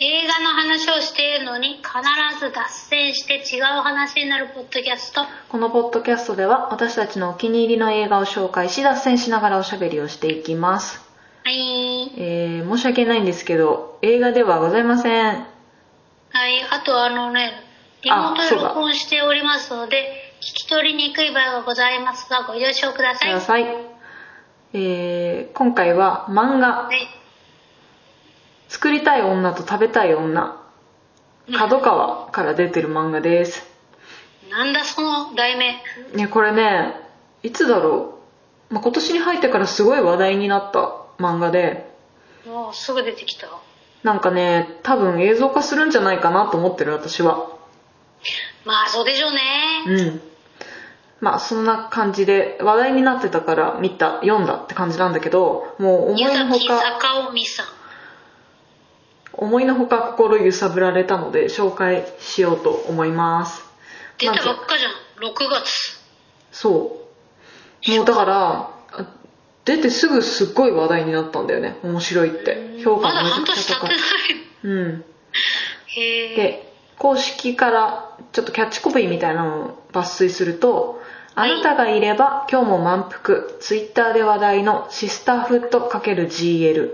画の話をしているのに必ず脱線して違う話になるポッドキャストこのポッドキャストでは私たちのお気に入りの映画を紹介し脱線しながらおしゃべりをしていきます、はいえー、申し訳ないんですけど映画ではございませんはいあとあのねリモートあでそうだ録音しておりますので聞き取りにくい場合はございますがご了承くださいくだはいさい、えー、今回は漫画「作りたい女と食べたい女」角川から出てる漫画ですなんだその題名いやこれねいつだろう、まあ、今年に入ってからすごい話題になった漫画でもうすぐ出てきたなんかね多分映像化するんじゃないかなと思ってる私はまあそうでしょうねうんまあそんな感じで話題になってたから見た読んだって感じなんだけどもう思い湯のほ崎か坂尾美さん思いのほか心揺さぶられたので紹介しようと思います出なんたかばっかじゃん6月そうもうだからあ出てすぐすっごい話題になったんだよね面白いって評ま価だが半めちゃく年ち経ゃって高ないいうんへえで公式からちょっとキャッチコピーみたいなのを抜粋すると「あはいなたがいれば今日も満腹」ツイッターで話題のシスターフット ×GL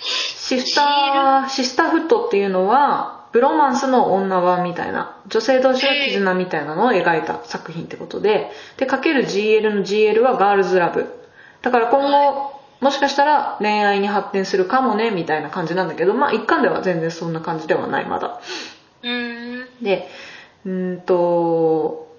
シスターシスターフットっていうのはブロマンスの女版みたいな女性同士の絆みたいなのを描いた作品ってことでで ×GL の GL はガールズラブだから今後もしかしたら恋愛に発展するかもねみたいな感じなんだけどまあ一巻では全然そんな感じではないまだうーんでうーんと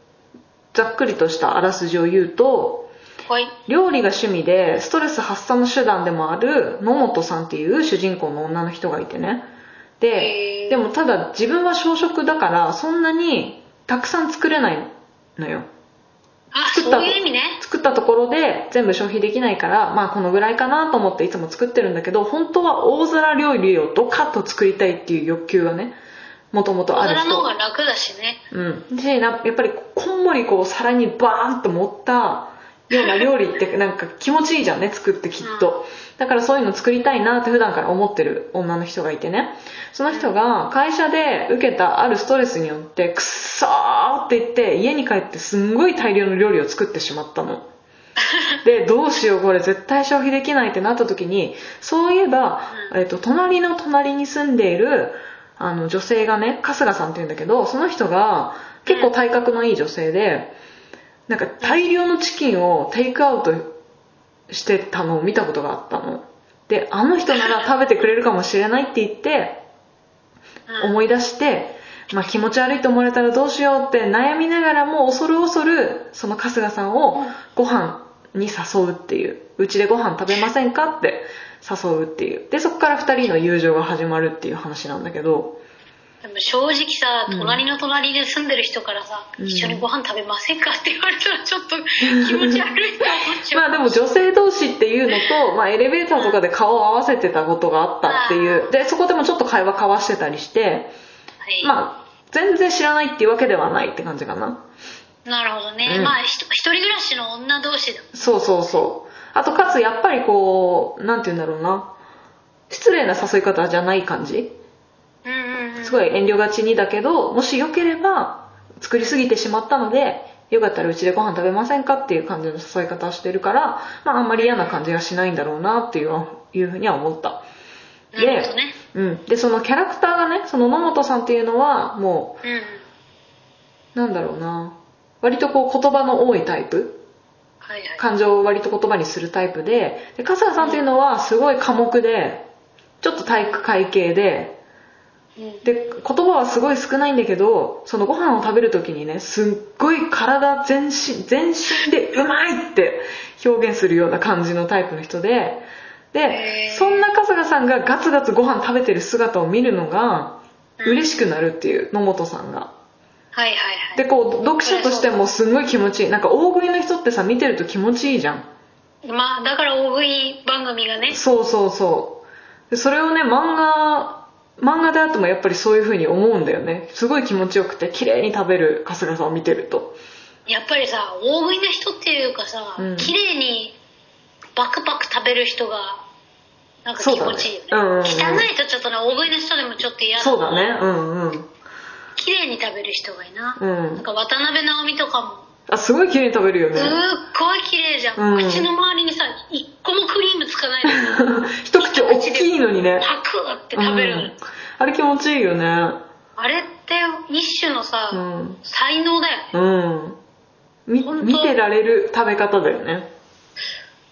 ざっくりとしたあらすじを言うとはい料理が趣味でストレス発散の手段でもある野本さんっていう主人公の女の人がいてねへでーでもただ自分は小食だからそんなにたくさん作れないのよあ作そったういう意味ね作ったところで全部消費できないからまあこのぐらいかなと思っていつも作ってるんだけど本当は大皿料理をドカッと作りたいっていう欲求がねもともとある皿人の方が楽だしねうん、でなやっぱりこんもりこう皿にバーンと盛ったような料理 ってなんか気持ちいいじゃんね作ってきっとだからそういうの作りたいなって普段から思ってる女の人がいてねその人が会社で受けたあるストレスによってくっそーって言って家に帰ってすんごい大量の料理を作ってしまった のでどうしようこれ絶対消費できないってなった時にそういえば、うえっと隣の隣に住んでいるあの女性がね春日さんっていうんだけどその人が結構体格のいい女性でなんか大量のチキンをテイクアウトしてたのを見たことがあったのであの人なら食べてくれるかもしれないって言ってうん思い出して、まあ、気持ち悪いと思われたらどうしようって悩みながらも恐る恐るその春日さんをご飯に誘うっていううちでご飯食べませんかって誘うっていうでそこから2人の友情が始まるっていう話なんだけどでも正直さうん隣の隣で住んでる人からさ、うん一緒にご飯食べませんかって言われたらちょっと気持ち悪いと思っちゃう、まあでも女性同士っていうのと、まあ、エレベーターとかで顔を合わせてたことがあったっていうでそこでもちょっと会話交わしてたりしてはいまあ全然知らないっていうわけではないって感じかななるほどね、うんまあひと一人暮らしの女同士だそうそうそう。あと、かつ、やっぱりこう、なんて言うんだろうな。失礼な誘い方じゃない感じうんうんうんすごい遠慮がちにだけど、もしよければ、作りすぎてしまったので、よかったらうちでご飯食べませんかっていう感じの誘い方をしてるから、まあ、あんまり嫌な感じがしないんだろうなっていういうふうには思った。なるほどねうん。で、そのキャラクターがね、その野本さんっていうのは、もうんう、なんだろうな。割とこう、言葉の多いタイプはいはい感情を割と言葉にするタイプでで春日さんっていうのはすごい寡黙でちょっと体育会系でうんで言葉はすごい少ないんだけどそのご飯を食べる時にねすっごい体全身全身でうまいって表現するような感じのタイプの人でへでーそんな春日さんがガツガツご飯食べてる姿を見るのがうん嬉しくなるっていう野本さんが。はいはいはいでこう読者としてもすんごい気持ちいいなんか大食いの人ってさ見てると気持ちいいじゃんまあだから大食い番組がねそうそうそうでそれをね漫画漫画であってもやっぱりそういう風に思うんだよねすごい気持ちよくて綺麗に食べる春日さんを見てるとやっぱりさ大食いな人っていうかさ、うん綺麗にバクバク食べる人がなんかそう気だね持ちいいよね。うんうんうん汚いとちょっとな、大食いの人でもちょっと嫌だ。そうだ。ねうんうん綺麗に食べる人がいいな。うんなんか渡辺直美とかも、あすごい綺麗に食べるよすっねごい綺麗じゃん。うん口の周りにさ、一個もクリームつかないで、一口大きいのにねパクって食べるの、うんあれ気持ちいいよねあれって一種のさ、うん才能だよね。うんみ本当見てられる食べ方だよね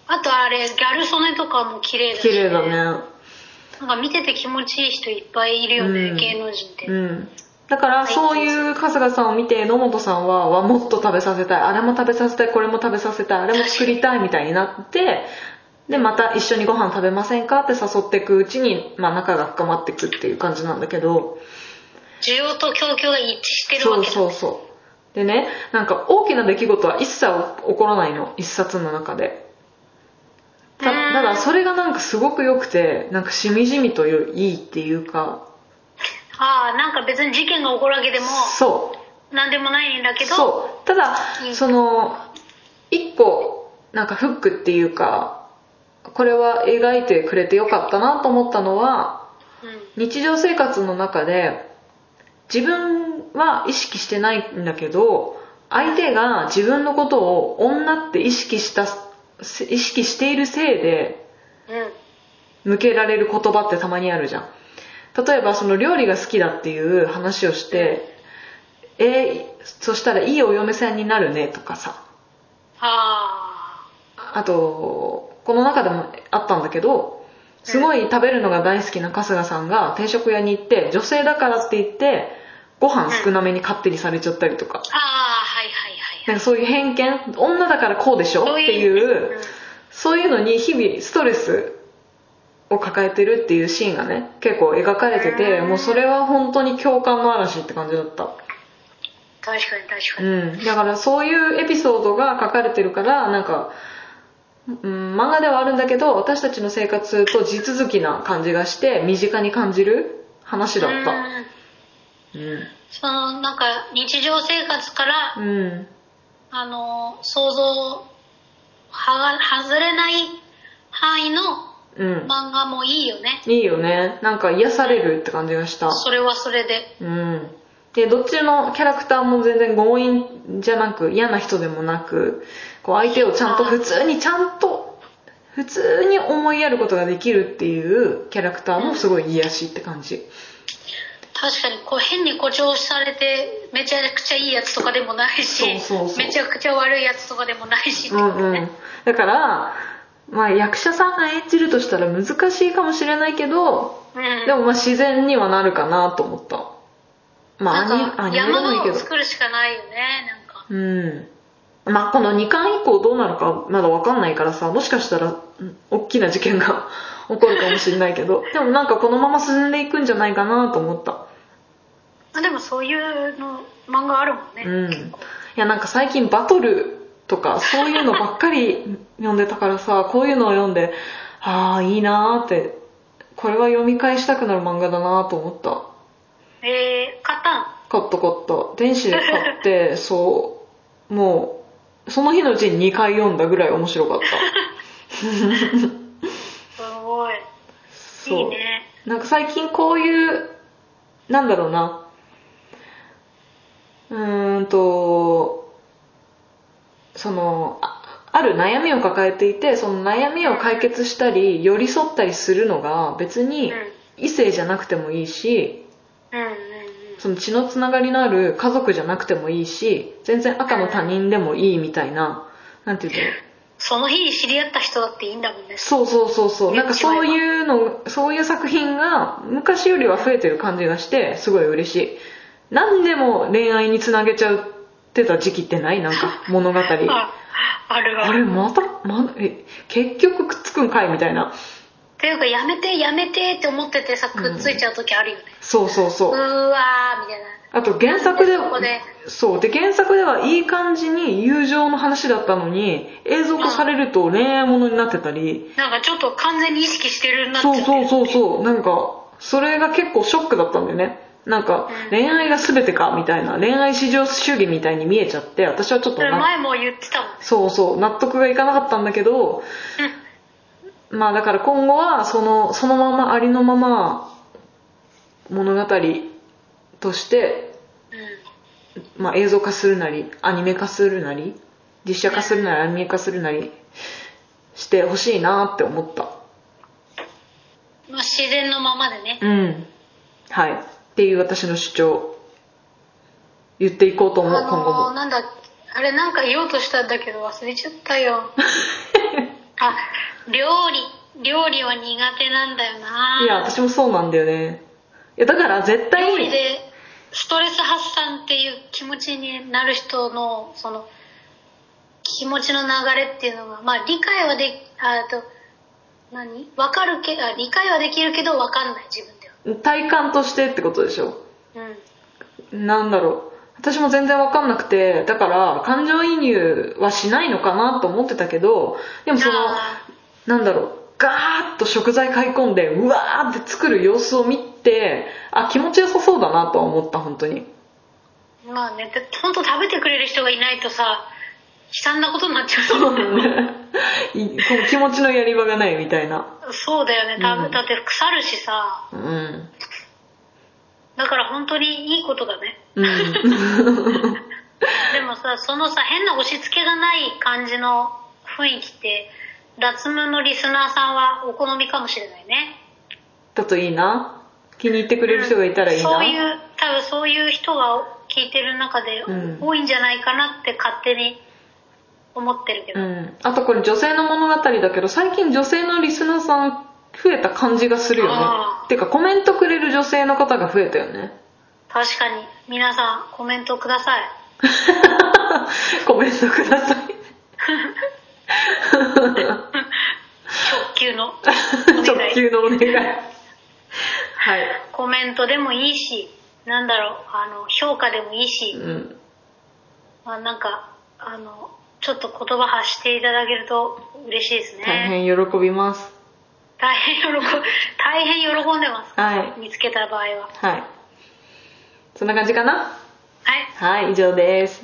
あとあれ、ギャル曽根とかも綺麗だし、綺麗だ。ねなんか見てて気持ちいい人いっぱいいるよね、うん芸能人って。うんだからそういう春日さんを見て野本さんはわもっと食べさせたいあれも食べさせたいこれも食べさせたいあれも作りたいみたいになってでまた一緒にご飯食べませんかって誘っていくうちに、まあ、仲が深まっていくっていう感じなんだけど需要と供給が一致してるそわうけだ。そうそうでねなんか大きな出来事は一切起こらないの一冊の中でたうーんただそれがなんかすごく良くてなんかしみじみといいっていうかああ、なんか別に事件が起こるわけでも、そうなんでもないんだけど、そうただ、うんその一個なんかフックっていうかこれは描いてくれてよかったなと思ったのはうん日常生活の中で自分は意識してないんだけど相手が自分のことを女って意識したせ意識しているせいでうん。向けられる言葉ってたまにあるじゃん例えばその料理が好きだっていう話をして「えーそしたらいいお嫁さんになるね」とかさああとこの中でもあったんだけどすごい食べるのが大好きな春日さんが定食屋に行って女性だからって言ってご飯少なめに勝手にされちゃったりとかあ、ああ、はいはいはいは。ないんかそういう偏見女だからこうでしょっていううんそういうのに日々ストレスを抱えてるっていうシーンがね結構描かれててうんもうそれは本当に共感の嵐って感じだった、確かに確かうに。ん、だからそういうエピソードが書かれてるからなんか、うん、漫画ではあるんだけど私たちの生活と地続きな感じがして身近に感じる話だったうんうんその、なんか日常生活から、うんあの、想像はが、外れない範囲のうん、漫画もいいよね。いいよねなんか癒されるって感じがしたそれはそれで。うん。で、どっちのキャラクターも全然強引じゃなく、嫌な人でもなく、こう相手をちゃんと普通に、ちゃんと、普通に思いやることができるっていうキャラクターもすごい癒しって感じ。確かにこう変に誇張されてめちゃくちゃいいやつとかでもないしそうそうそうめちゃくちゃ悪いやつとかでもないし、うんうん。だから、まあ役者さんが演じるとしたら難しいかもしれないけど、うんでもまあ自然にはなるかなと思った。まあなんアかニアニメでもいい山け場どを。作るしかないよねなんかうん。まあ、この2巻以降どうなるかまだわかんないからさ、もしかしたら、うん大きな事件が 起こるかもしれないけど、でもなんかこのまま進んでいくんじゃないかなと思った。あでもそういうの漫画あるもんね、うん。いや、なんか最近バトルとか、そういうのばっかり読んでたからさ、こういうのを読んで、ああ、いいなーって、これは読み返したくなる漫画だなと思った。えー、買ったの買った買った。電子で買って、 そう、もう、その日のうちに2回読んだぐらい面白かった。すごい いそういねなんか最近こういうなんだろうなうーんとそのあある悩みを抱えていてその悩みを解決したり寄り添ったりするのが別に異性じゃなくてもいいしうんうんうんその血のつながりのある家族じゃなくてもいいし全然赤の他人でもいいみたいななんていうのその日に知り合った人だっていいんだもんねそうそうそうそうねなんかそういうのそういう作品が昔よりは増えてる感じがしてすごい嬉しい何でも恋愛につなげちゃうってた時期ってないなん か物語あああるあれるまた、ま、え結局くっつくんかいみたいなっていうかやめてやめてって思っててさくっついちゃう時あるよね、そうそううそーうわーみたいなあと原作でなんでそこでそうで原作ではいい感じに友情の話だったのに映像化されると恋愛ものになってたりなんかちょっと完全に意識してるなってそうそうそうそうなんかそれが結構ショックだったんだよねなんかうん恋愛が全てかみたいな恋愛至上主義みたいに見えちゃって私はちょっとそれな前も言ってたもんねそうそう納得がいかなかったんだけどまあだから今後はそのそのままありのまま物語として、まあ、映像化するなりアニメ化するなり実写化するなりアニメ化するなりしてほしいなって思ったうん。まあ、自然のままでね。うんはいっていう私の主張言っていこうと思うあ今後のーもなんだ、あれなんか言おうとしたんだけど忘れちゃった よ。あ、料理。料理は苦手なんだよないや私もそうなんだよねいやだから絶対料理でストレス発散っていう気持ちになる人のその気持ちの流れっていうのがまあ理解はでああと何分かるけあ理解はできるけど分かんない自分で体感としてってことでしょはうんなんだろう。私も全然わかんなくて、だから、感情移入はしないのかなと思ってたけど、でもその、あなんだろう、ガーッと食材買い込んで、うわーって作る様子を見て、あ、気持ちよさそうだなとは思った、本当に。ーまあねだって本当食べてくれる人がいないとさ悲惨なことになっちゃうそうだね。 いこの気持ちのやり場がないみたいな。そうだよね食べ、うんだって腐るしさうん。だから本当にいいことだねうん。 でもさそのさ変な押し付けがない感じの雰囲気って脱毛のリスナーさんはお好みかもしれないねだといいな。気に入ってくれる人がいたらいいな。そういう多分そういう人が聞いてる中でうん多いんじゃないかなって勝手に思ってるけうど、ん、あとこれ女性の物語だけど最近女性のリスナーさん増えた感じがするよねあーてかコメントくれる女性の方が増えたよね 確かに皆さんコメントくださいコメントください 直球の直球のお願 いはいコメントでもいいしなんだろうあの評価でもいいし、うんまあ、なんかあのちょっと言葉発していただけると嬉しいですね大変喜びます大変喜ん、大変喜んでます。はい見つけた場合は。はい。はいそんな感じかなはい以上です